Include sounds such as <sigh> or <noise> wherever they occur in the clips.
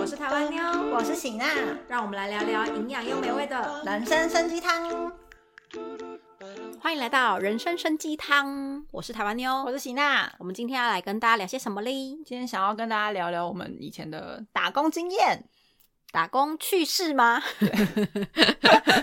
我是台湾妞，我是喜娜，让我们来聊聊营养又美味的。人参参鸡汤。欢迎来到人生生鸡汤，我是台湾妞，我是喜娜，我们今天要来跟大家聊些什么嘞？今天想要跟大家聊聊我们以前的打工经 <laughs> 验。打工趣事吗？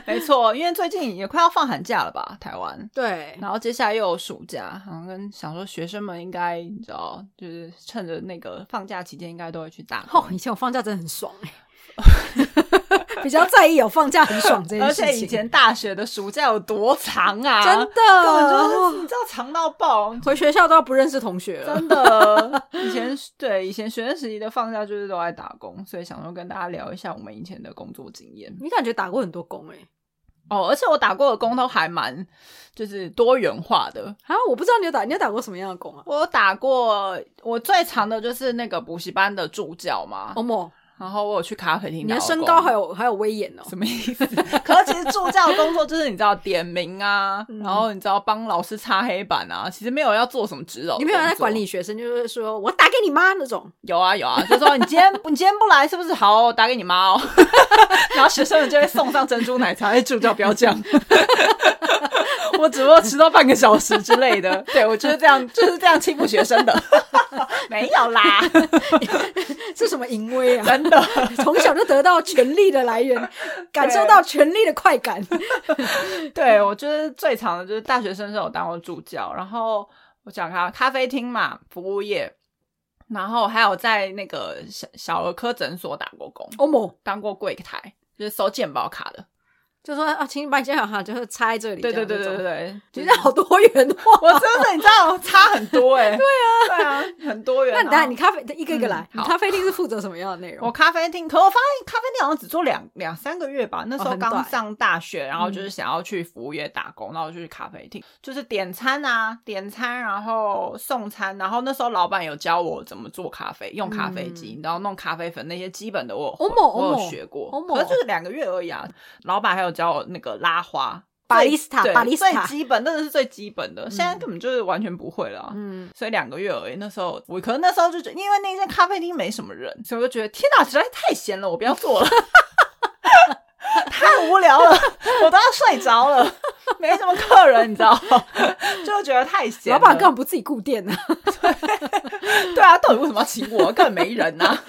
没错，因为最近也快要放寒假了吧，台湾。对，然后接下来又有暑假，好像跟想说学生们应该你知道，就是趁着那个放假期间，应该都会去打工哦，以前我放假真的很爽哎、 <laughs> 比较在意有放假很爽这件而事情。且以前大学的暑假有多长啊？真的，根本就是你知道长到爆，回学校都要不认识同学了。真 <laughs> 的。以前对以前学生时期的放假就是都在打工，所以想说跟大家聊一下我们以前的工作经验。你感觉打过很多工哎、哦，而且我打过的工都还蛮就是多元化的。啊，我不知道你有打，你有打过什么样的工啊？我有打过，我最长的就是那个补习班的助教嘛，哦莫，然后我有去咖啡厅你打的过身工高还有还有威严哦。什么意思？ <laughs> 可是其实助教的工作就是你知道点名啊，嗯然后你知道帮老师擦黑板啊，其实没有要做什么指导，你没有在管理？学生，就是说我打给你妈那种。有啊有啊，就说你今天 <laughs> 你今天不来是不是？好，我打给你妈 <laughs> 哦。然后学生们就会送上珍珠奶茶，哎，助教不要这样， <laughs> 我只不过迟到半个小时之类的。对我就是这样，就是这样欺负学生的， <laughs> 没有啦， <laughs> 是什么淫威啊？ <laughs> 真的。从小就得到权力的来源，感受到权力的快感。对，我觉得最长的就是大学生时候有当过助教，然后我讲咖咖啡厅嘛，服务业，然后还有在那个小小儿科诊所打过工，欧某当过柜台，就是收健保卡的。就说啊，请你把你健好卡就是插在这里。对对这对样那对种，对对，其就实是好多元化。 <laughs> 我真的你知道差很多 <laughs> 哎、对啊，对啊，很多元。那你当然，然你后咖啡一个一个来嗯。你好咖啡厅是负责什么样的内容？我咖啡厅，可我发现咖啡厅好像只做两两三个月吧。那时哦候很短嗯刚上大学，然后就是想要去服务业打工，然后就去咖啡厅，就是点餐啊，点餐，然后送餐，然后那时候老板有教我怎么做咖啡，用咖啡嗯机，然后弄咖啡粉那些基本的我有哦某我哦有某学过哦，某可是就是两个月而已啊。老板还有教我那个拉花。 Barista，最对 Barista 最基本，那是最基本的，现在根本就是完全不会了啊、嗯，所以两个月而已。那时候我可能那时候就觉得，因为那间咖啡厅没什么人，所以我就觉得天哪，实在太闲了，我不要做了， <laughs> 太无聊了，我都要睡着了，没什么客人，你知道吗， <laughs> 就觉得太闲了。老板根本不自己顾 <laughs> 店呢。对啊，到底为什么要请我？根本没人呐、啊。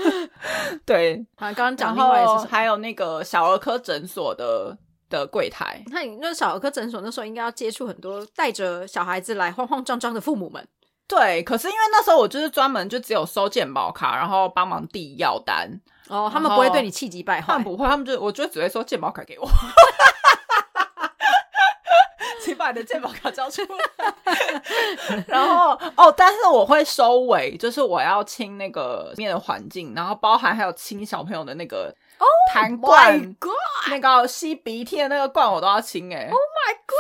<laughs> 对，啊，刚刚 <laughs> 然讲另后外一个是什么？还有那个小儿科诊所的的柜台，那你那小儿科诊所那时候应该要接触很多带着小孩子来慌慌张张的父母们，对，可是因为那时候我就是专门就只有收健保卡，然后帮忙递药单，哦，他然们后不会对你气急败他坏们。不会，他们就我就只会说健保卡给我， <laughs> 请把你的健保卡交出来。然后哦，但是我会收尾，就是我要清那个里面的环境，然后包含还有清小朋友的那个哦痰罐 Oh My、God，Oh 那个吸鼻涕的那个罐，我都要清哎、欸。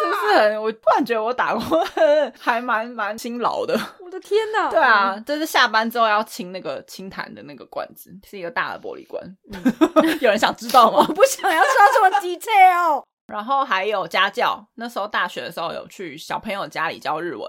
是不是很？我突然觉得我打工 <laughs> 还蛮蛮辛劳的。我的天哪！对啊，嗯就是下班之后要清那个清痰的那个罐子，是一个大的玻璃罐。 <laughs> 有人想知道吗？嗯我不想要知道这么 <laughs> detail。然后还有家教，那时候大学的时候有去小朋友家里教日文，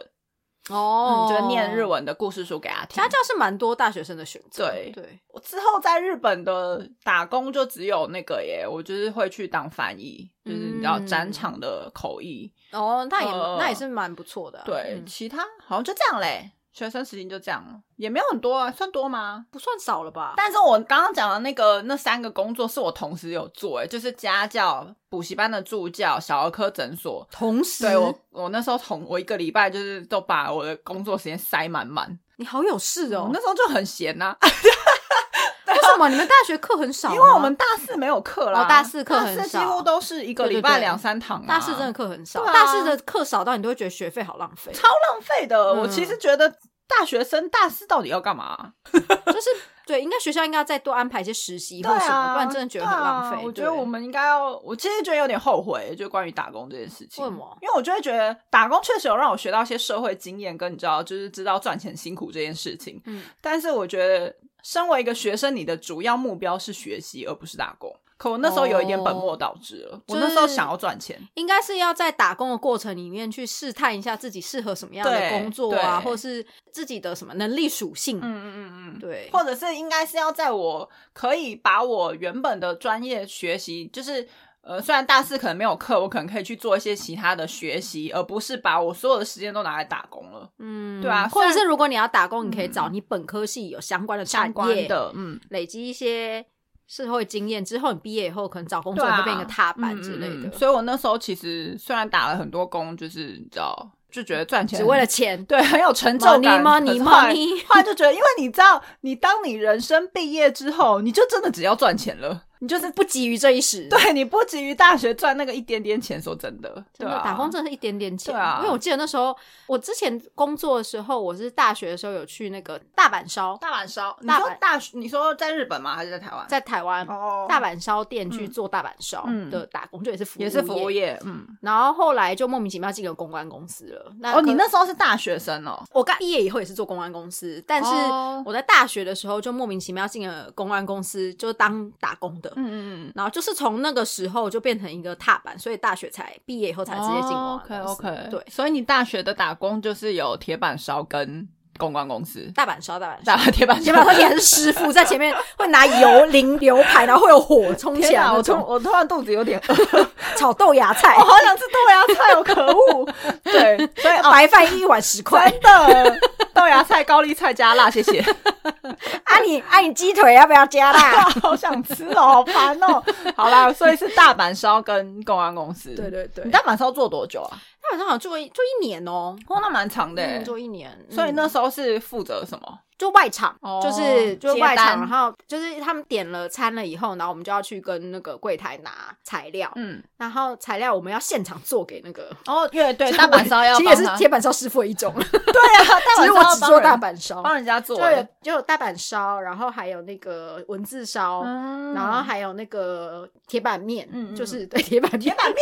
哦嗯，就念日。文的故事书给他听。家教是蛮多大学生的选择。对对，我之后在日本的打工就只有那个耶，我就是会去当翻译，就是你知道嗯展场的口译，哦，那也呃那也是蛮不错的啊。对，嗯其他好像就这样嘞。学生时期就这样了，也没有很多啊，算多吗？不算少了吧？但是我刚刚讲的那个那三个工作是我同时有做，哎，就是家教、补习班的助教、小儿科诊所，同时，对我，我那时候同我一个礼拜就是都把我的工作时间塞满满，你好有事我哦那。时候就很闲呐、为什么你们大学课很少吗？ <laughs> 啊因为我们大四没有课啦，哦大四课大很四几少乎都是一个对对礼拜对两三堂、啊，大四真的课很少，对啊大四的课少到你都会觉得学费好浪费。超浪费的。嗯我其实觉得大学生大四到底要干嘛、就是对，应该学校应该再多安排一些实习对或什么，啊，不然真的觉得很浪费。对啊我觉对得我们应该要，我其实觉得有点后悔，就关于打工这件事情。为什么？啊因为我就会觉得打工确实有让我学到一些社会经验，跟你知道，就是知道赚钱辛苦这件事情。嗯，但是我觉得，身为一个学生，你的主要目标是学习，而不是打工。可我那时候有一点本末倒置了，我那时候想要赚钱，应该是要在打工的过程里面去试探一下自己适合什么样的对工作啊，对或是自己的什么能力属性。嗯嗯嗯嗯，对，或者是应该是要在我可以把我原本的专业学习，就是呃，虽然大四可能没有课，我可能可以去做一些其他的学习，而不是把我所有的时间都拿来打工了，嗯，对啊或者虽嗯是如果你要打工，你可以找你本科系有相关的产相关业，的，嗯，累积一些社会经验之后，你毕业以后可能找工作对啊会变一个踏板之类嗯嗯嗯的，所以我那时候其实虽然打了很多工，就是你知道，就觉得赚钱只为了很 <laughs> 钱。对很有成就 Money, 感可 money, 是后来 money <laughs> 后来就觉 <laughs> 得，因为你知道，你当你人生毕业之后，你就真的只要赚钱 <laughs> 了，你就是不急于这一时，对你不急于大学赚那个一点点钱，说真的，真对的、啊，打工真的是一点点钱。对啊因为我记得那时候我之前工作的时候，我是大学的时候有去那个大阪烧，大阪烧，你大说阪大学，你说在日本吗？还是在台湾？在台湾、哦大阪烧店去做大阪烧嗯的打工，就也是服务也是服务。业，嗯。然后后来就莫名其妙进了公关公司了。那哦，你可那时候是大学生哦，我刚毕业以后也是做公关公司，但是哦我在大学的时候就莫名其妙进了公关公司，就当打工的。嗯嗯嗯，然后就是从那个时候就变成一个踏板，所以大学才毕业以后才直接进公关 OK 公司。 OK，对，哦所以你大学的打工就是有铁板烧跟公关 <laughs> 公司，大阪烧，大阪烧。打铁板前面会也是师傅在前面会拿油淋牛排，然后会有火冲起天来哪，那我突种我哦突然肚子有点饿，炒豆芽菜 <laughs> 我，好想吃豆芽菜，我可 <laughs> 恶。对，所以哦白饭一碗十块真的 <laughs> 豆芽菜、高丽菜加辣，谢谢。啊你啊你鸡腿要不要加 <laughs> 辣？ <laughs> 好想吃哦，好烦哦。 <laughs> 好啦，所以是大阪烧跟公安公司。对对对，你他大阪烧做多久啊？好像好像做一做一年哦，哦，那蛮长的欸、嗯做一年，所以嗯那时候是负责什么？就外场，哦就是就是接外单场，然后就是他们点了餐了以后，然后我们就要去跟那个柜台拿材料，嗯，然后材料我们要现场做给那个。哦，乐队大阪烧要其实也是帮他铁板烧师傅的一种，对啊，大只是阪烧我要只做大帮人阪烧，帮人家就做欸，有就有大阪烧，然后还有那个文字烧，嗯然后还有那个铁板面，嗯嗯就是对铁板面铁。板面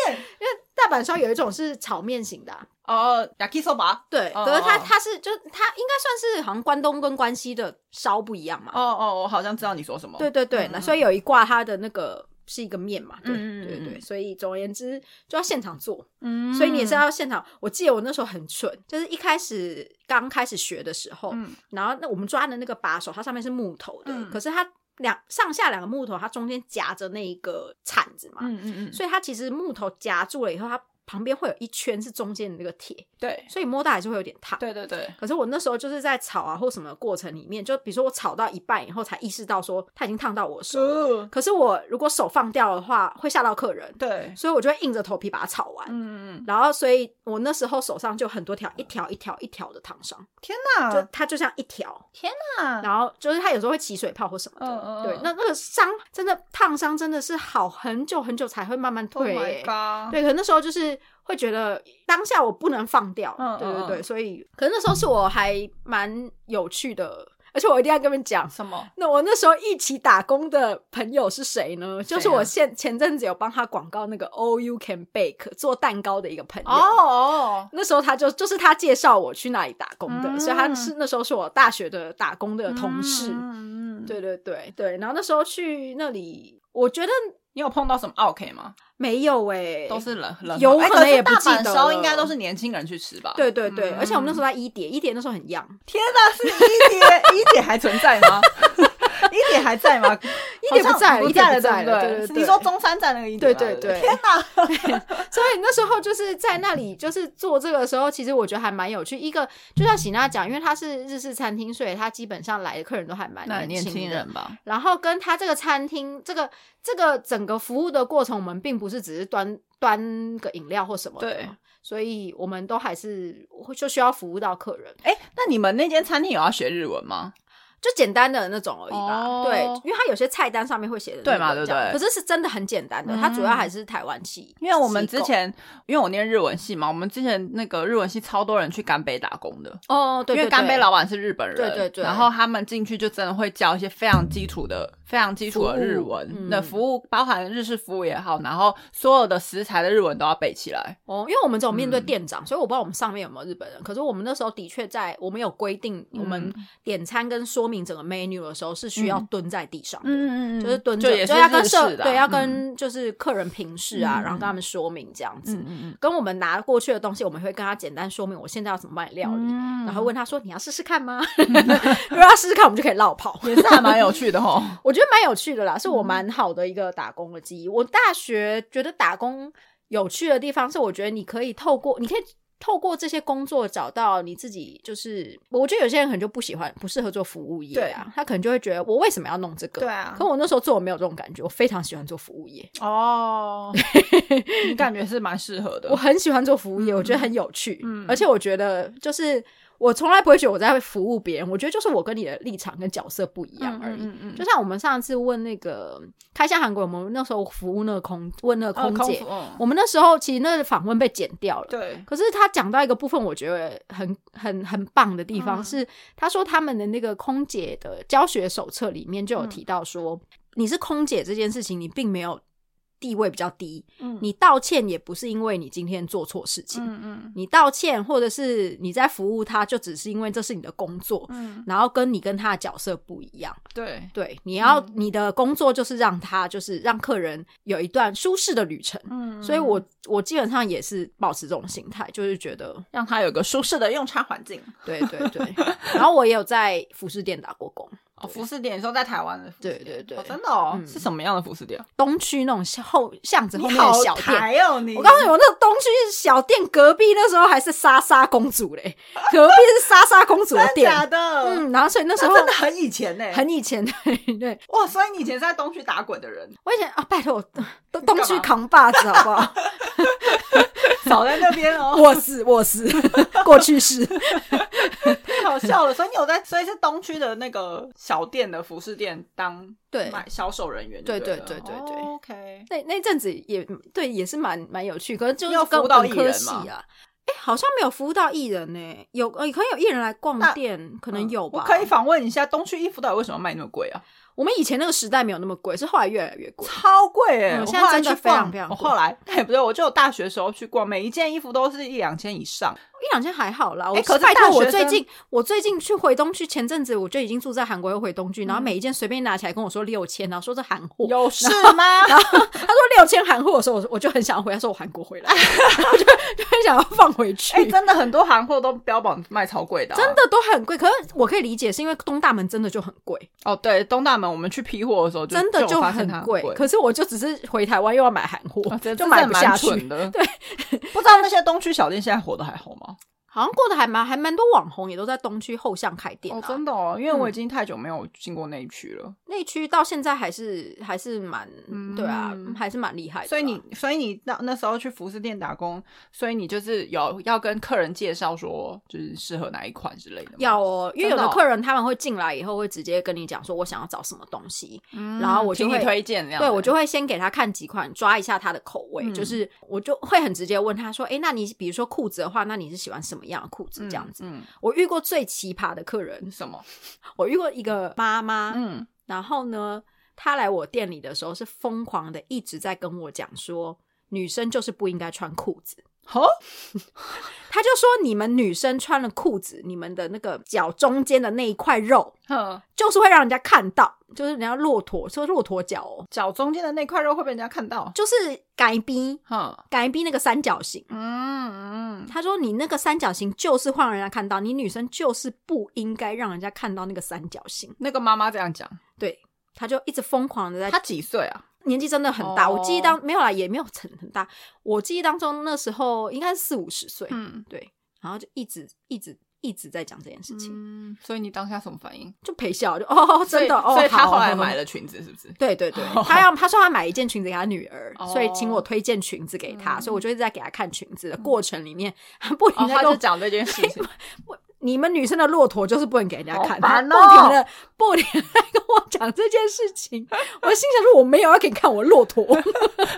大阪烧有一种是炒面型的啊、哦，yakisoba 对，哦可是它哦它是就是它应该算是好像关东跟关西的烧不一样嘛。哦哦，我好像知道你说什么。对对对，那、所以有一挂它的那个是一个面嘛，对、嗯嗯嗯对对，嗯所以总而言之就要现场做，嗯所以你也是要现场。我记得我那时候很蠢，就是一开始刚开始学的时候，嗯然后那我们抓的那个把手，它上面是木头的，嗯可是它两上下两个木头，它中间夹着那一个铲子嘛，嗯嗯嗯，所以它其实木头夹住了以后，它旁边会有一圈是中间的那个铁，对所以摸到还是会有点烫。对对对，可是我那时候就是在炒啊或什么的过程里面，就比如说我炒到一半以后才意识到说它已经烫到我手呃了，可是我如果手放掉的话会吓到客人，对，所以我就会硬着头皮把它炒完。嗯嗯，然后，所以我那时候手上就很多条，一条一条一条的烫伤，天就哪，它就像一条，哪然后就是它有时候会起水泡或什么的，嗯嗯嗯对，那那个伤真的烫伤真的是好很久很久才会慢慢退、 ，Oh 欸 my god，对，可能那时候就是会觉得当下我不能放掉，嗯对对嗯对，嗯所以可能那时候是我还蛮有趣的，而且我一定要跟你们讲。 <laughs> 什么？那我那时候一起打工的朋友是谁呢？就是谁啊我现前阵子有帮他广告那个 All You Can Bake 做蛋糕的一个朋友。哦，那时候他就就是他介绍我去那里打工的，嗯所以他是那时候是我大学的打工的同事。嗯，嗯嗯对对对对，然后那时候去那里，我觉得你有碰到什么 OK 吗？没有诶、都是人人有哎可能是也不记得大阪烧应该了都是年轻人去吃吧？对对对，嗯而且我们那时候在一点，一点那时候很young，天哪，是一点一点还存在 <laughs> 吗？一点还在吗？一点不在了一不点在不在了了，对对对不对你说中山站那个一点吗，对对对天哪，所以那时候就是在那里就是做这个的时候，其实我觉得还蛮有趣。一个就像喜娜讲，因为它是日式餐厅，所以它基本上来的客人都还蛮那年年轻轻的。人吧，然后跟他这个餐厅，这个这个整个服务的过程，我们并不是只是端端个饮料或什么的对嘛，所以我们都还是会就需要服务到客人，哎，那你们那间餐厅有要学日文吗？就简单的那种而已吧。哦对，因为它有些菜单上面会写的对嘛日文对不对嗯这样可是是真的很简单的，它主要还是台湾气，因为我们机之构前，因为我念日文系嘛，我们之前那个日文系超多人去干杯打工的，哦，对对对，因为干杯老板是日本人，对对对然后他们进去就真的会教一些非常基础的、非常基础的日文服务，嗯那服务包含日式服务也好，然后所有的食材的日文都要背起来。哦，因为我们只有面嗯对店长，所以我不知道我们上面有没有日本人。可是我们那时候的确在，我们有规定，我们点餐跟说明整个 menu 的时候，是需要嗯蹲在地上的。嗯嗯嗯，就是蹲就着，也就是要跟日社式的啊对要嗯跟就是客人平视啊，嗯嗯然后跟他们说明这样子。嗯嗯跟我们拿过去的东西，我们会跟他简单说明我现在要怎么帮你料理，嗯然后问他说你要试试看吗？ <laughs> 如果要试试看，我们就可以绕跑。嗯，也是还蛮有趣的 <laughs> 哦哈。我觉得蛮有趣的啦，是嗯我蛮好的一个打工的记忆。我大学觉得打工有趣的地方是，我觉得你可以透过，你可以透过这些工作找到你自己，就是我觉得有些人可能就不喜欢，不适合做服务业对啊，他可能就会觉得我为什么要弄这个？对啊可我那时候做我没有这种感觉，我非常喜欢做服务业，哦，你感觉是蛮适合的我。很喜欢做服务业，我觉得很有趣，嗯而且我觉得就是我从来不会觉得我在服务别人，我觉得就是我跟你的立场跟角色不一样而已。嗯嗯就像我们上次问那个开箱韩国，我们那时候服务那个空问那个空姐，嗯我们那时候其实那个访问被剪掉了。哦对，可是他讲到一个部分，我觉得很很很棒的地嗯方是，他说他们的那个空姐的教学手册里面嗯就有提到说，你是空姐这件事情，你并没有地位比较低，嗯你道歉也不是因为你今天做错事情，嗯嗯你道歉或者是你在服务他，就只是因为这是你的工作，嗯，然后跟你跟他的角色不一样。对，对，你要、嗯你的工作就是让他就是让客人有一段舒适的旅程。嗯所以我我基本上也是保持这种心态，就是觉得让他有个舒适的用餐环境。对对对。然后我也有在服饰店打过工，哦，服饰店，你说在台湾的服饰店，对对对哦真的哦，嗯是什么样的服饰店？东区那种巷后巷子后你面的好小店。台哦你！我告诉你，我那个东区小店隔壁那时候还是莎莎公主嘞，隔壁是莎莎公主真的的店。假的？嗯，然后所以那时那候真的很以前呢、很以前，对对，哇，所以你以前是在东区打滚的人， <laughs> 我以前啊，拜托我东东干区嘛扛把子好不好？ <laughs> 早在那边哦，我是我是过去式。太好笑了。所以你有在，所以是东区的那个小店的服饰店当对卖销售人员就了，对对对对对哦 OK，那那阵子也对，也是蛮蛮有趣，可是就是你有跟服务到本艺科人系吗啊。哎、好像没有服务到艺人呢、有呃，可能有艺人来逛那嗯店，可能有吧。我可以访问一下东区衣服到底为什么卖那么贵啊？我们以前那个时代没有那么贵，是后来越来越贵。超贵哎、嗯我现在后来真的去非常逛非常我贵后来 <laughs> 哎、不对，我就有大学时候去逛，每一件衣服都是一两千以上。一两千还好啦。我、可是拜大托，我学最生近我最近去回东区，前阵子我就已经住在韩国，又回东区，然后每一件随便拿起来跟我说六千，然后说这韩货，嗯有事吗？然后他说六千韩货的时候，我说我就很想回，他说我韩国回来， <laughs> 我就就很想要放回去。哎、真的很多韩货都标榜卖超贵的啊、真的都很贵，可是我可以理解，是因为东大门真的就很贵。哦，对，东大门我们去批货的时候就，真的就有发现它很很贵。哦可是我就只是回台湾又要买韩货，啊真就真买的不蛮下蠢去。的，对， <laughs> 不知道那些东区小店现在活得还好吗？好像过得还蛮还蛮多网红也都在东区后巷开店、啊哦，真的哦，因为嗯我已经太久没有进过那一区了。那区到现在还是还是蛮、嗯对啊，还是蛮厉害的啦。所以你，所以你那那时候去服饰店打工，所以你就是有要跟客人介绍说，就是适合哪一款之类的吗，要哦，因为有真的的哦客人他们会进来以后会直接跟你讲说我想要找什么东西，然后我就请会嗯你推荐这样子。对我就会先给他看几款，抓一下他的口味，嗯就是我就会很直接问他说，哎，那你比如说裤子的话，那你是喜欢什么样的裤子？这样子，嗯，我遇过最奇葩的客嗯人，什么？我遇过一个妈妈，嗯，然后呢，他来我店里的时候是疯狂的，一直在跟我讲说，女生就是不应该穿裤子。好，他就说，你们女生穿了裤子，你们的那个脚中间的那一块肉，哼，就是会让人家看到，就是人家骆驼说骆驼脚哦，脚中间的那块肉会被人家看到。就是改逼哼，改逼那个三角形。嗯嗯，他说：“你那个三角形就是会让人家看到，你女生就是不应该让人家看到那个三角形。那个妈妈这样讲，”对，他就一直疯狂的在她几岁啊？年纪真的很大，哦我记忆当没有啦，也没有很很大。我记忆当中那时候应该是四五十岁，嗯对，然后就一直一直一直在讲这件事情，嗯，所以你当下什么反应？就陪笑，就 <laughs> 哦，真的哦，所以他好后来好买好了裙子， <laughs> 是不是？对对 <laughs> 对，他要他说他买一件裙子给他女儿，哦所以请我推荐裙子给他，嗯所以我就一直在给他看裙子的过程里面， <laughs> 他不停哦，的他跟就我讲这件事 <laughs> 情，你们女生的骆驼就是不能给人家看，他好烦不哦停的 <laughs> 不停的跟我讲这件事情， <laughs> 我心想说我没有要给你看我骆驼。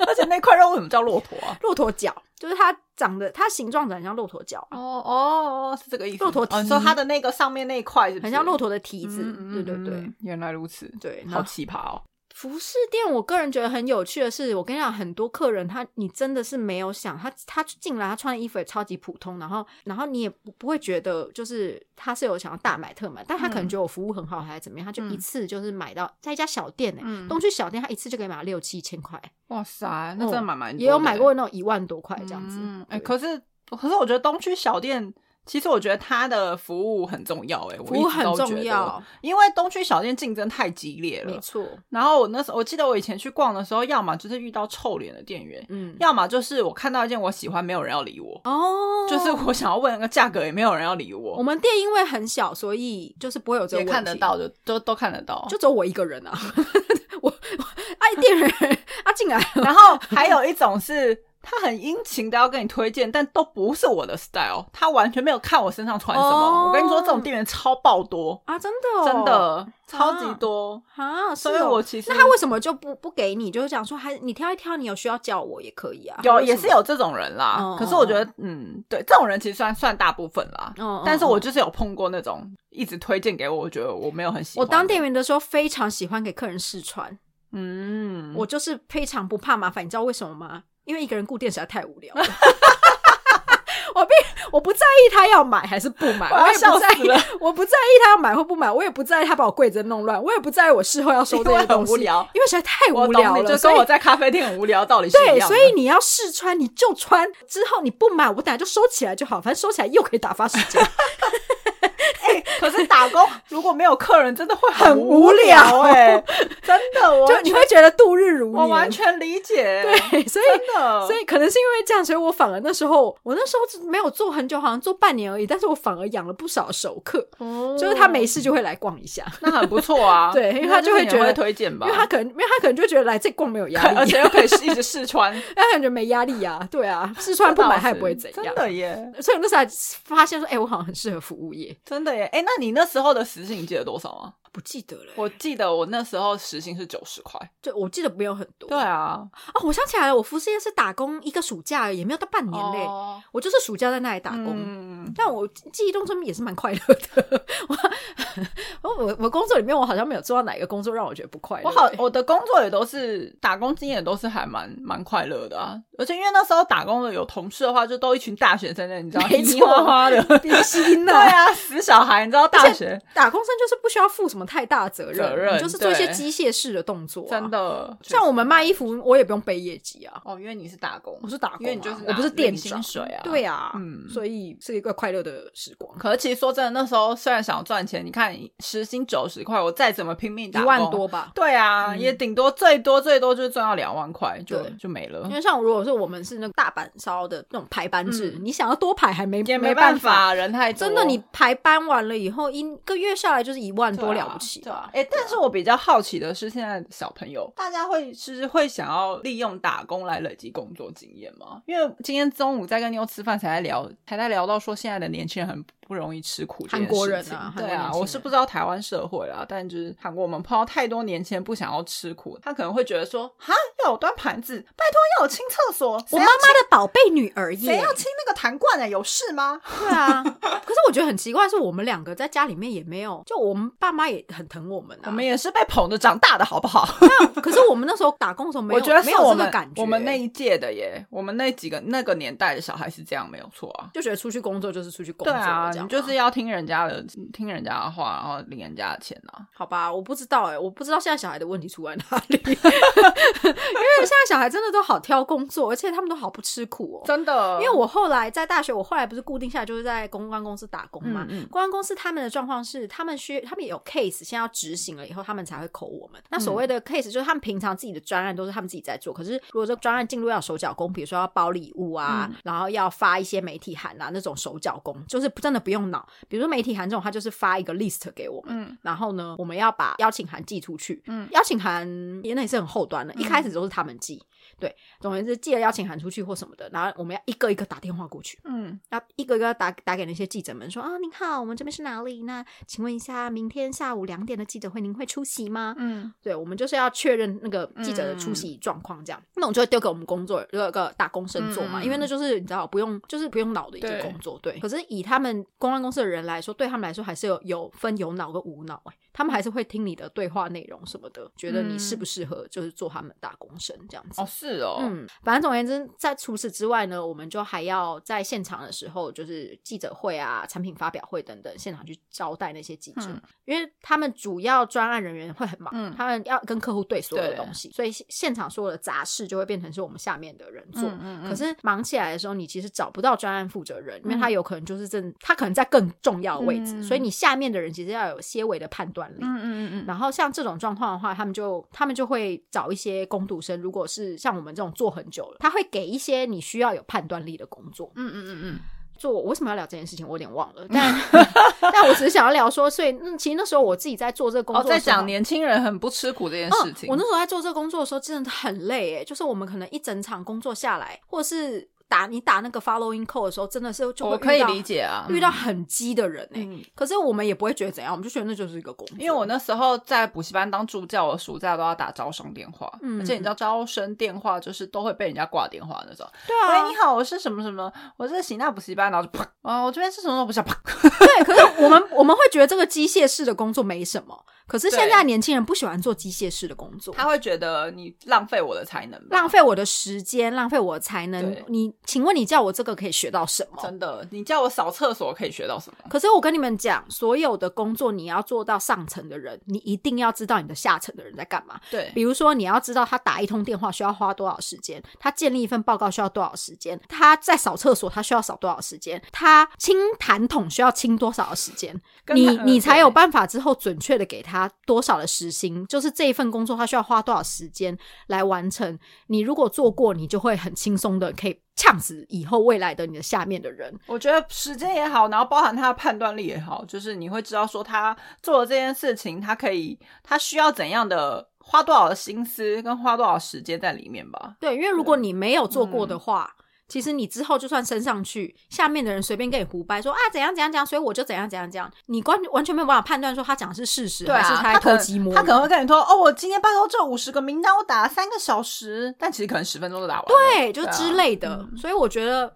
而且那块肉为什么叫骆驼啊？骆驼角，就是它长得它形状长得很像骆驼角啊，哦哦哦，是这个意思。骆驼蹄哦，你说它的那个上面那一块是不是很像骆驼的蹄子，嗯嗯对对对嗯原来如此，对。然好后奇葩哦。服饰店，我个人觉得很有趣的是，我跟你讲，很多客人他你真的是没有想他他进来，他穿的衣服也超级普通，然后然后你也不不会觉得就是他是有想要大买特买，但他可能觉得我服务很好还是怎么样，他就一嗯次就是买到在一家小店呢、欸嗯东区小店他一次就可以买到六七千块，哇塞，那真的蛮蛮多的哦欸也有买过那种一万多块这样子。嗯哎、对可是可是我觉得东区小店，其实我觉得它的服务很重要、哎，服务我一直很都觉重得要，，因为东区小店竞争太激烈没了。错，然后我那时候我记得我以前去逛的时候，要么就是遇到臭脸的店员，嗯，要么就是我看到一件我喜欢，没有人要理我，哦，就是我想要问那个价格，也没有人要理我，我们店因为很小，所以就是不会有这个也问题，看得到的，都都看得到。就只有我一个人啊。 <laughs> 我我哎，店员啊进来了， <laughs> 然后还有一种是。他很殷勤的要跟你推荐，但都不是我的 style，他完全没有看我身上穿什么。哦我跟你说，这种店员超爆多，啊，真的、哦、真的超级多。啊，是所以哦我其实那他为什么就不不给你？就是讲说还你挑一挑，你有需要叫我也可以啊，有为什也么是，有这种人啦，嗯可是我觉得，嗯，对，这种人其实算算大部分啦。嗯嗯但是我嗯就是有碰过那种一直推荐给我，我觉得我没有很喜欢。我当，店员的时候非常喜欢给客人试穿，嗯，我就是非常不怕麻烦，你知道为什么吗？因为一个人顾店实在太无聊了。 <laughs> 我并我不在意他要买还是不买，我要我也笑不在死了意，我不在意他要买或不买，我也不在意他把我柜子弄乱，我也不在意我事后要收这因为些很东西，无聊因为实在太我无懂聊你，了。就所跟以我在咖啡店很无聊道理是一对，样的。所以你要试穿你就穿，之后你不买我等下就收起来就好，反正收起来又可以打发时间。可是打工如果没有客人，真的会很无无聊哎、 <laughs> 真的， <laughs> 我就完你全会觉得度日如年。我完全理解，对，所以真的，所以可能是因为这样，所以我反而那时候我那时候是没有做很久，好像做半年而已，但是我反而养了不少熟客，以就是他没事就会来逛一下，那很不错啊，对因为他那就会你也觉得推荐吧，因为他可能因为他可能就觉得来这逛没有 <laughs> 压而力，且又可以一直试穿，他感觉没压力呀、啊，对啊，试 <laughs> 穿不买他也不会怎样 <laughs> 真。的耶，所以我那时候还发现说，哎、我好像很适合服务业，真的耶。哎、那你那时候的时薪你记得多少吗？不记得了、我记得我那时候时薪是九十块。就我记得没有很多。对啊，哦，我想起来了，我服饰业是打工一个暑假而已，也没有到半年嘞、哦我就是暑假在那里打工。嗯，但我记忆中中也是蛮快乐的。我我我工作里面，我好像没有做到哪一个工作让我觉得不快乐、我好欸，我的工作也都是打工经验，都是还蛮蛮快乐的啊。而且因为那时候打工的有同事的话，就都一群大学生 <laughs> 的，你知道，没嘻嘻错哈哈的，比心对呐、啊，死小孩，你知道大学打工生就是不需要负什么太大责任，责任你就是做一些对机械式的动作、真。的像我们卖衣服，我也不用背业绩啊，哦，因为你是打工，我是打工、啊，因为你就是拿我不是店领薪长，水啊，对啊，嗯所以是一个快乐的时光。可是其实说真的，那时候虽然想赚钱，你看时薪九十块，我再怎么拼命一打工万多，吧，对啊，嗯也顶多最多最多就是赚到两万块，就对就没了因。为像如果说我们是那个大板烧的那种排班制，嗯你想要多排还没也没没办法，法，人太多真的你排班完了以后，一个月下来就是一万多了不起对啊吧？哎、但是我比较好奇的是，现在的小朋友大家会是会想要利用打工来累积工作经验吗？因为今天中午在跟妞吃饭，才在聊，才在聊到说现在的年轻人很不容易吃苦这件事韩情。国人啊对韩国年啊，轻人我是不知道台湾社会啦，但就是韩国，我们碰到太多年轻人不想要吃苦，他可能会觉得说，哈，要我端盘子，拜托要我清厕所，我谁妈要妈的宝贝女儿谁耶，要清那个痰罐啊？有事吗？对啊。 <laughs> 可是我觉得很奇怪，是我们两个在家里面也没有，就我们爸妈也很疼我们啊。我们也是被捧着长大的，好不好？ <laughs> 可是我们那时候打工的时候没有，我觉得是没有我这们个感觉。我们那一届的耶，我们那几个那个年代的小孩是这样，没有错啊。就觉得出去工作就是出去工对作，啊，这样你吗就是要听人家的，听人家的话，然后领人家的钱啊。好吧？我不知道哎、我不知道现在小孩的问题出在哪 <laughs> 里，因为现在小孩真的都好挑工作，而且他们都好不吃苦哦。真的因为我后来在大学，我后来不是固定下来就是在公关公司打工嘛。嗯嗯公关公司他们的状况是，他们需他们有 case，现在要执行了以后，他们才会扣我们。嗯那所谓的 case 就是他们平常自己的专案都是他们自己在做，可是如果这个专案进入要手脚工，比如说要包礼物啊，嗯然后要发一些媒体函啊那种手脚工，就是真的不用脑。比如说媒体函这种，他就是发一个 list 给我们，嗯然后呢，我们要把邀请函寄出去。嗯邀请函也那也是很后端的，一开始都都是他们寄。对，总而言之，寄了邀请函出去或什么的，然后我们要一个一个打电话过去，嗯，要一个一个打打给那些记者们说啊，您好，我们这边是哪里？那请问一下，明天下午两点的记者会您会出席吗？嗯，对，我们就是要确认那个记者的出席状况，这样。那我们就会丢给我们工作人有一个打工生做嘛，嗯因为那就是你知道不用就是不用脑的一个对工作，对。可是以他们公关公司的人来说，对他们来说还是有有分有脑跟无脑、欸，他们还是会听你的对话内容什么的，觉得你嗯适不适合就是做他们的打工生这样子。哦，是哦，嗯，反正总而言之，在除此之外呢，我们就还要在现场的时候，就是记者会啊、产品发表会等等，现场去招待那些记者，嗯因为他们主要专案人员会很忙，嗯他们要跟客户对所有的对东西，所以现现场所有的杂事就会变成是我们下面的人做。嗯嗯嗯可是忙起来的时候，你其实找不到专案负责人，因为嗯他有可能就是正，他可能在更重要的位置，嗯所以你下面的人其实要有些微的判断力。嗯嗯嗯嗯，然后像这种状况的话，他们就他们就会找一些工读生，如果是像我们这种做很久了，他会给一些你需要有判断力的工作。嗯嗯嗯嗯，做我为什么要聊这件事情，我有点 <laughs> 忘了，但但我只是想要聊说，所以嗯，其实那时候我自己在做这个工哦，作的在时候，讲年轻人很不吃苦这件事情，嗯。我那时候在做这个工作的时候，真的很累诶，就是我们可能一整场工作下来，或者是打你打那个 following call 的时候，真的是就会我可遇以到理、解啊，遇到很鸡的人诶。嗯可是我们也不会觉得怎样，我们就觉得那就是一个工作。因为我那时候在补习班当助教，我暑假都要打招生电话，嗯而且你知道招生电话就是都会被人家挂电话那种。对啊喂，你好，我是什么什么，我是喜纳补习班，然后就啪，啊，我这边是什么什么补习班，啪，对，可是我们我们会觉得这个机械式的工作没什么，可是现在年轻人不喜欢做机械式的工作， <laughs> 他会觉得你浪费我的才能吧，浪费我的时间，浪费我的才能对。你请问你叫我这个可以学到什么？真的，你叫我扫厕所可以学到什么？可是我跟你们讲，所有的工作你要做到上层的人，你一定要知道你的下层的人在干嘛。对比如说，你要知道他打一通电话需要花多少时间，他建立一份报告需要多少时间，他在扫厕所他需要扫多少时间，他清痰桶需要清多少的时间，跟你他你嗯才对有办法之后准确的给他多少的时薪，就是这一份工作他需要花多少时间来完成。你如果做过，你就会很轻松的可以呛死以后未来的你的下面的人。我觉得时间也好，然后包含他的判断力也好，就是你会知道说他做了这件事情，他可以他需要怎样的花多少的心思跟花多少时间在里面吧。对，因为如果你没有做嗯过的话，其实你之后就算升上去，下面的人随便跟你胡掰说啊怎样怎样怎样，所以我就怎样怎样怎样，你完完全没有办法判断说他讲的是事实、还是啊他在可偷能鸡摸他鱼可能会跟你说，哦，我今天拜托这五十个名单，我打了三个小时，但其实可能十分钟就打完了。对，就对啊之类的。所以我觉得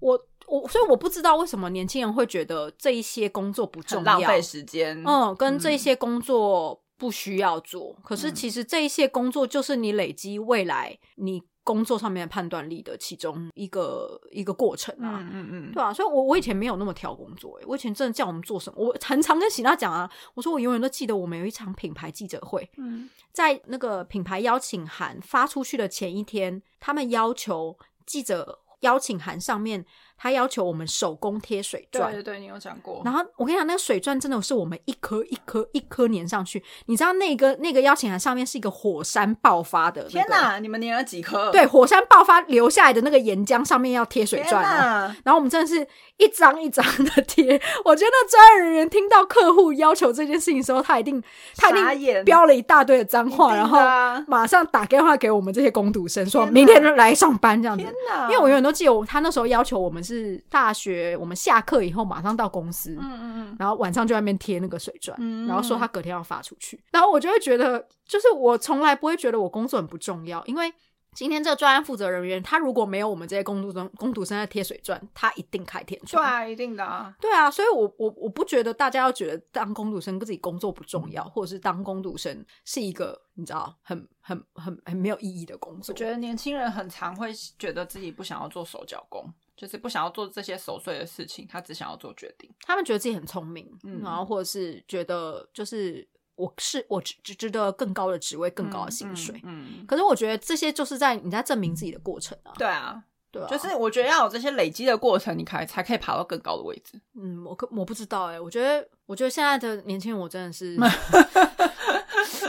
我。我所以我不知道为什么年轻人会觉得这一些工作不重很要，浪费时间。嗯，跟这些工作不需要做。可嗯是其实这一些工作就是你累积未来你工作上面的判断力的其中一个一个过程啊。嗯嗯嗯，对啊，所以我我以前没有那么挑工作、欸，我以前真的叫我们做什么，我很常跟喜娜讲啊，我说我永远都记得我们有一场品牌记者会，嗯，在那个品牌邀请函发出去的前一天，他们要求记者邀请函上面，他要求我们手工贴水对钻，对对，你有讲过。然后我跟你讲，那个水钻真的是我们一颗一颗一颗粘上去。你知道那个那个邀请函上面是一个火山爆发的、天哪，！你们粘了几颗？对，火山爆发留下来的那个岩浆上面要贴水天钻哦。哪，然后我们真的是一张一张的贴。我觉得专业人员听到客户要求这件事情的时候，他一定他傻一定眼标了一大堆的脏话，一然定后的啊 <laughs> 马上打电话给我们这些工读生，说天哪明天就来上班这样子啊天。哪！因为我永远都记得我，他那时候要求我们是大学，我们下课以后马上到公司，嗯嗯嗯，然后晚上就在那边贴那个水钻，嗯然后说他隔天要发出去，然后我就会觉得，就是我从来不会觉得我工作很不重要，因为今天这个专案负责人员，他如果没有我们这些工读生工读生在贴水钻，他一定开天对窗。啊，一定的啊。对啊，所以我我我不觉得大家要觉得当工读生跟自己工作不重嗯要，或者是当工读生是一个你知道很很很很没有意义的工作。我觉得年轻人很常会觉得自己不想要做手脚工，就是不想要做这些琐碎的事情，他只想要做决定。他们觉得自己很聪明，嗯然后或者是觉得就是我是我值值值得更高的职位、更高的薪水。嗯，嗯可是我觉得这些就是在你在证明自己的过程啊，对啊，对啊，就是我觉得要有这些累积的过程，你才才可以爬到更高的位置。嗯，我可我不知道哎、我觉得我觉得现在的年轻人，我真的 <laughs> 是，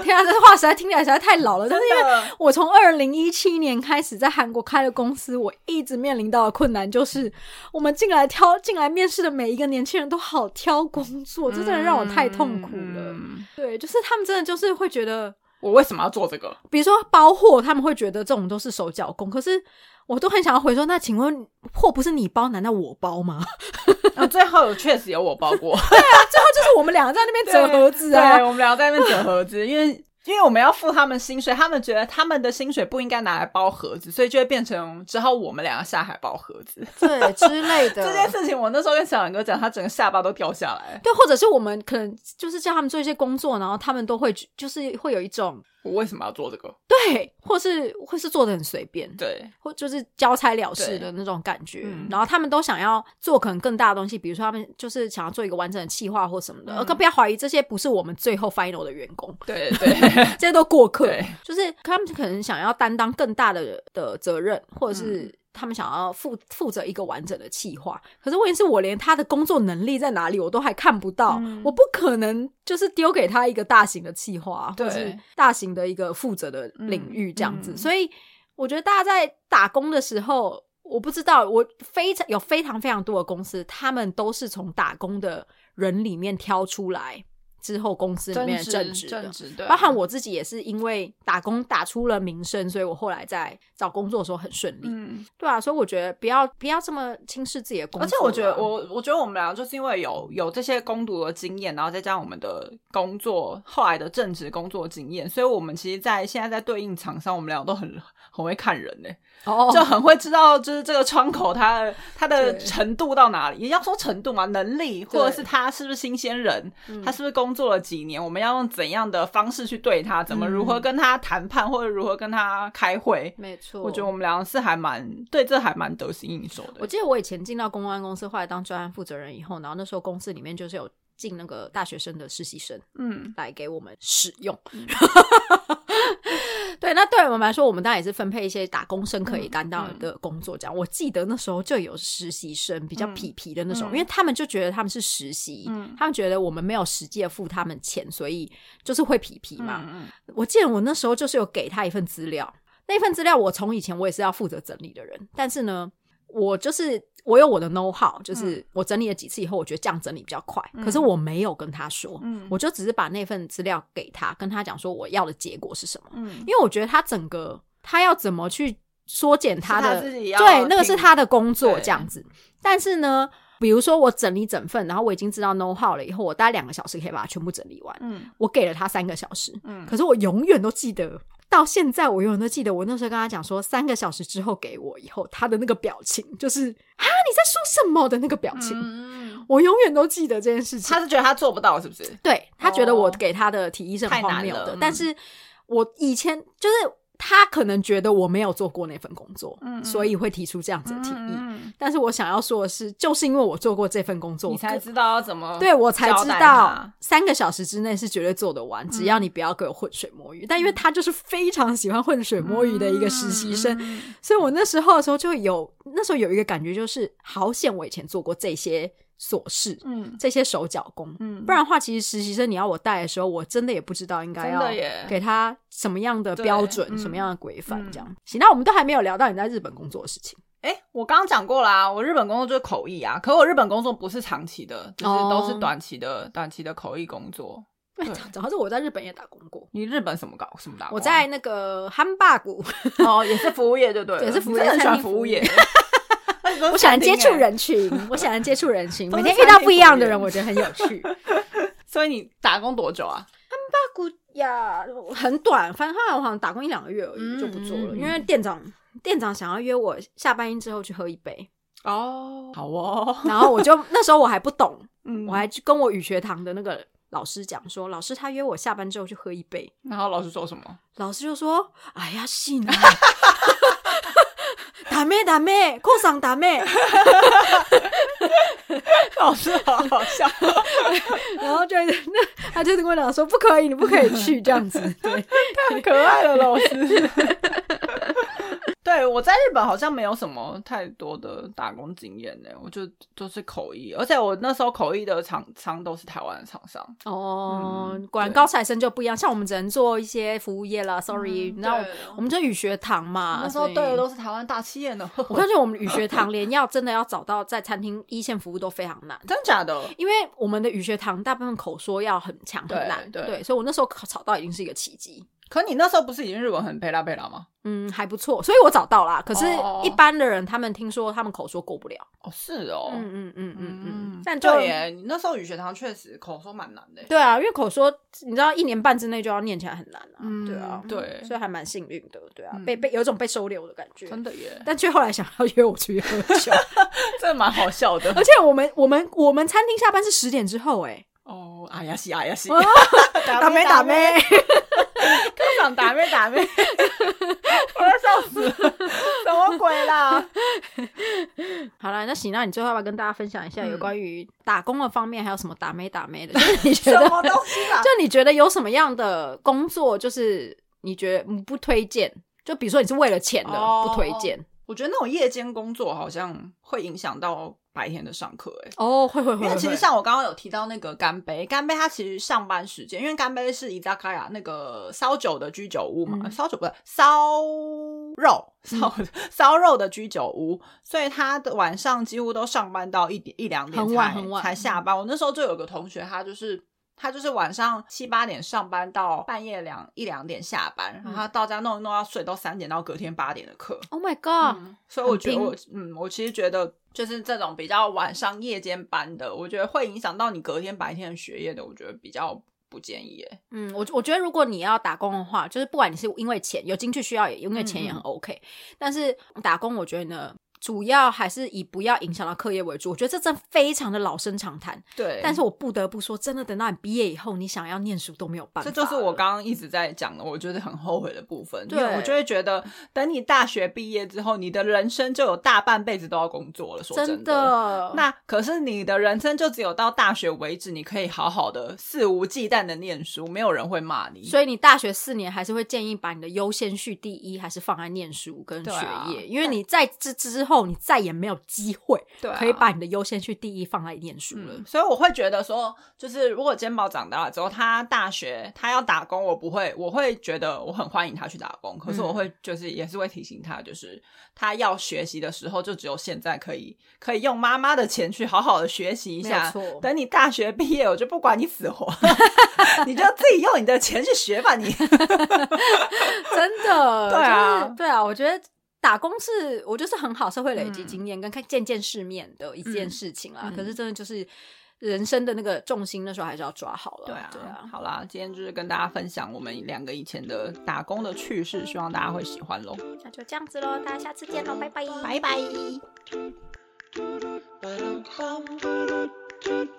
天啊，这话实在听起来实在太老了，但是因为。为我从二零一七年开始在韩国开了公司，我一直面临到的困难就是，我们进来挑进来面试的每一个年轻人都好嗯挑工作，这真的让我太痛苦了。对，就是他们真的就是会觉得我为什么要做这 <laughs> 个？比如说包货，他们会觉得这种都是手脚工，可是我都很想要回说，那请问货不是你包，难道我包吗？ <laughs> 啊，最后有确实有我包最过后就是我们两个在那边折盒子 <laughs> 对，啊，我们俩在那边折盒子，因为。因为我们要付他们薪水，他们觉得他们的薪水不应该拿来包盒子，所以就会变成之后我们两个下海包盒子。对之类的 <laughs> 这件事情我那时候跟小杨哥讲，他整个下巴都掉下来。对，或者是我们可能就是叫他们做一些工作，然后他们都会就是会有一种我为什么要做这个？对，或是或是做的很随便，对，或就是交差了事对的那种感觉嗯。然后他们都想要做可能更大的东西，比如说他们就是想要做一个完整的企划或什么的，嗯而更不要怀疑这些不是我们最后 final 的员工，对， <laughs> 对，这些都过客对，就是他们可能想要担当更大的的责任，或者是。他们想要负负责一个完整的企划，可是问题是我连他的工作能力在哪里我都还看不到，嗯我不可能就是丢给他一个大型的企划，或对是大型的一个负责的领域这样子。嗯嗯所以我觉得大家在打工的时候，我不知道，我非常有非常非常多的公司，他们都是从打工的人里面挑出来之后，公司里面的正职的正。直，对，包含我自己也是因为打工打出了名声，所以我后来在找工作的时候很顺利，嗯，对啊，所以我觉得不要不要这么轻视自己的工作啊、而且我觉得我我觉得我们俩就是因为有有这些攻读的经验，然后再加上我们的工作后来的正职工作经验，所以我们其实在，现在在对应厂商，我们俩都很很会看人呢、欸哦，就很会知道就是这个窗口它的它的对程度到哪里，也要说程度嘛，能力或者是他是不是新鲜人，嗯他是不是工作了几年，我们要用怎样的方式去对他，怎么嗯如何跟他谈判，或者如何跟他开会。没错，我觉得我们俩是还蛮对这还蛮得心应手的。我记得我以前进到公关公司，后来当专案负责人以后，然后那时候公司里面就是有进那个大学生的实习生嗯，来给我们使用。 <laughs> 对，那对我们来说，我们当然也是分配一些打工生可以担当的工作。这样，我记得那时候就有实习生比较痞痞的那种，嗯因为他们就觉得他们是实习，嗯他们觉得我们没有实际的付他们钱，所以就是会痞痞嘛。嗯我记得我那时候就是有给他一份资料，那份资料我从以前我也是要负责整理的人，但是呢，我就是我有我的 know how，就是嗯我整理了几次以后，我觉得这样整理比较快，可是我没有跟他说，嗯我就只是把那份资料给他，跟他讲说我要的结果是什么，嗯因为我觉得他整个他要怎么去缩减他的是他自己要对，那个听是他的工作对这样子，但是呢。比如说，我整理整份，然后我已经知道 know how 了，以后我大概两个小时可以把它全部整理完。嗯我给了他三个小时，嗯可是我永远都记得，到现在我永远都记得，我那时候跟他讲说，三个小时之后给我以后，他的那个表情就是啊你在说什么的那个表情，嗯，我永远都记得这件事情。他是觉得他做不到，是不是？对他觉得我哦给他的提议是很太难荒谬了的，嗯但是我以前就是他可能觉得我没有做过那份工作，嗯嗯所以会提出这样子的提议。嗯，但是我想要说的是，就是因为我做过这份工作，你才我知道要怎么对我才交知代道他三个小时之内是绝对做得完，只要你不要给我浑水嗯摸鱼。但因为他就是非常喜欢浑水摸鱼的一个实习生，嗯所以我那时候的时候就有那时候有一个感觉，就是好险我以前做过这些琐事，嗯这些手脚工。嗯不然的话，其实实习生你要我带的时候，我真的也不知道应该真要的耶给他什么样的对标准、嗯什么样的规范嗯这样。行，那我们都还没有聊到你在日本工作的事情。哎、我刚刚讲过啦、我日本工作就是口译啊，可我日本工作不是长期的，就是都是哦短期的、短期的口译工作。对 <laughs> 主要是我在日本也打工过，你日本什么搞什么打工啊？我在那个汉巴 <laughs> 谷， <laughs> 哦，也是服务业，对对了，也是服务你真业的很喜欢餐厅服务业。我 <laughs> 我喜欢接触，欸人群，我喜欢接触人 <laughs> 群，都每是天遇到不一样的餐厅人，服务我觉得很有 <laughs> 趣。大所以你打工多久啊？谷呀，很短，反正后来我好像打工一两个月而已嗯就不做了，嗯嗯因为店长店长想要约我下班之后去喝一 <laughs> 杯，哦，好哦，然后我就那时候我还不懂，嗯我还去跟我语学堂的那个老师讲说，老师他约我下班之后去喝一杯， <laughs> 然后老师说什么？老师就说：“哎呀，信啊， <laughs> 打妹打妹，扣上打妹。”老师好好笑，然后就那他就是跟我讲说：“不可以，你不可以去这样 <laughs> 子。”对。太可爱了，老师。对，我在日本好像没有什么太多的打工经验呢，我就就是口译，而且我那时候口译的厂商都是台湾的厂商，哦，嗯果然对高材生就不一样，像我们只能做一些服务业啦。Sorry，嗯你知道我对我们就语学堂嘛，那时候所以对的都是台湾大企业呢，我感觉我们语学堂连要真的要找到在餐厅一线服务都非常难。真假的？因为我们的语学堂大部分口说要很强很对难，对所以我那时候考考到已经是一个奇迹。可你那时候不是已经日文很配拉配拉吗？嗯，还不错，所以我找到啦。可是，一般的人他们听说他们口说过不了。哦，是哦，嗯嗯嗯嗯嗯，但但就对耶，你那时候语学堂确实口说蛮难的耶。对啊，因为口说你知道一年半之内就要念起来很难啊。嗯对啊，对所以还蛮幸运的。对啊，嗯被被有一种被收留的感觉。真的 <laughs> 耶，但却后来想要约我去喝酒， <laughs> 这蛮好笑的而。且我们我们我们餐厅下班是十点之后、欸， <laughs> 哦，哎呀西哎呀西，哦哎，打咩没打咩没？科长打咩打咩， <laughs> 我要笑死了，什么鬼啦？好了，那喜娜，你最后要不要跟大家分享一下有嗯关于打工的方面，还有什么打没打没 <laughs> 的？就是你觉什得，么东西啦？ <laughs> 就你觉得有什么样的工作，就是你觉得嗯不推荐？就比如说你是为了钱的，哦不推荐我觉得那种夜间工作好像会影响到白天的上课，哎。哦，会会会，因为会其实像我刚刚有提到那个干杯，干杯它其实上班时间，因为干杯是伊扎卡亚那个烧酒的居酒屋嘛，嗯呃烧酒不是烧肉烧 <laughs> 烧肉的居酒屋，所以他的晚上几乎都上班到一点一两点才很晚很晚才下班。我那时候就有个同学，他就是。他就是晚上七八点上班到半夜两一两点下班，嗯然后他到家弄一弄要睡到三点，到隔天八点的课。 Oh my God，、嗯所以我很觉得拼我嗯，我其实觉得就是这种比较晚上夜间班的，我觉得会影响到你隔天白天的学业的，我觉得比较不建议耶。嗯，我我觉得如果你要打工的话，就是不管你是因为钱有经济需要，也因为钱也很嗯 OK，、但是打工我觉得呢，主要还是以不要影响到课业为主。我觉得这真非常的老生常谈，对但是我不得不说，真的等到你毕业以后，你想要念书都没有办法这了。就是我刚刚一直在讲的，我觉得很后悔的部分。对因为我就会觉得，等你大学毕业之后，你的人生就有大半辈子都要工作了。说真的的那可是你的人生就只有到大学为止，你可以好好的肆无忌惮的念书，没有人会骂你。所以你大学四年还是会建议把你的优先序第一还是放在念书跟学对业，啊因为你在之之后你再也没有机会对啊可以把你的优先序第一放在念书了。嗯，所以我会觉得说，就是如果肩膀长大了之后，他大学他要打工，我不会，我会觉得我很欢迎他去打工，可是我会就是也是会提醒他，就是他要学习的时候，就只有现在可以可以用妈妈的钱去好好的学习一下没有错。等你大学毕业，我就不管你死 <laughs> 活，你就自己用你的钱去学吧， <laughs> 你。真的，对啊就是对啊，我觉得。打工是我就是很好社会累积经验跟看见见世面的一件事情啦。嗯嗯嗯可是真的就是人生的那个重心，那时候还是要抓好了。对啊，对啊，好啦，今天就是跟大家分享我们两个以前的打工的趣事，希望大家会喜欢喽。那就这样子喽，大家下次见喽，拜拜，拜拜。 Ba-dum-bum, ba-dum-dum,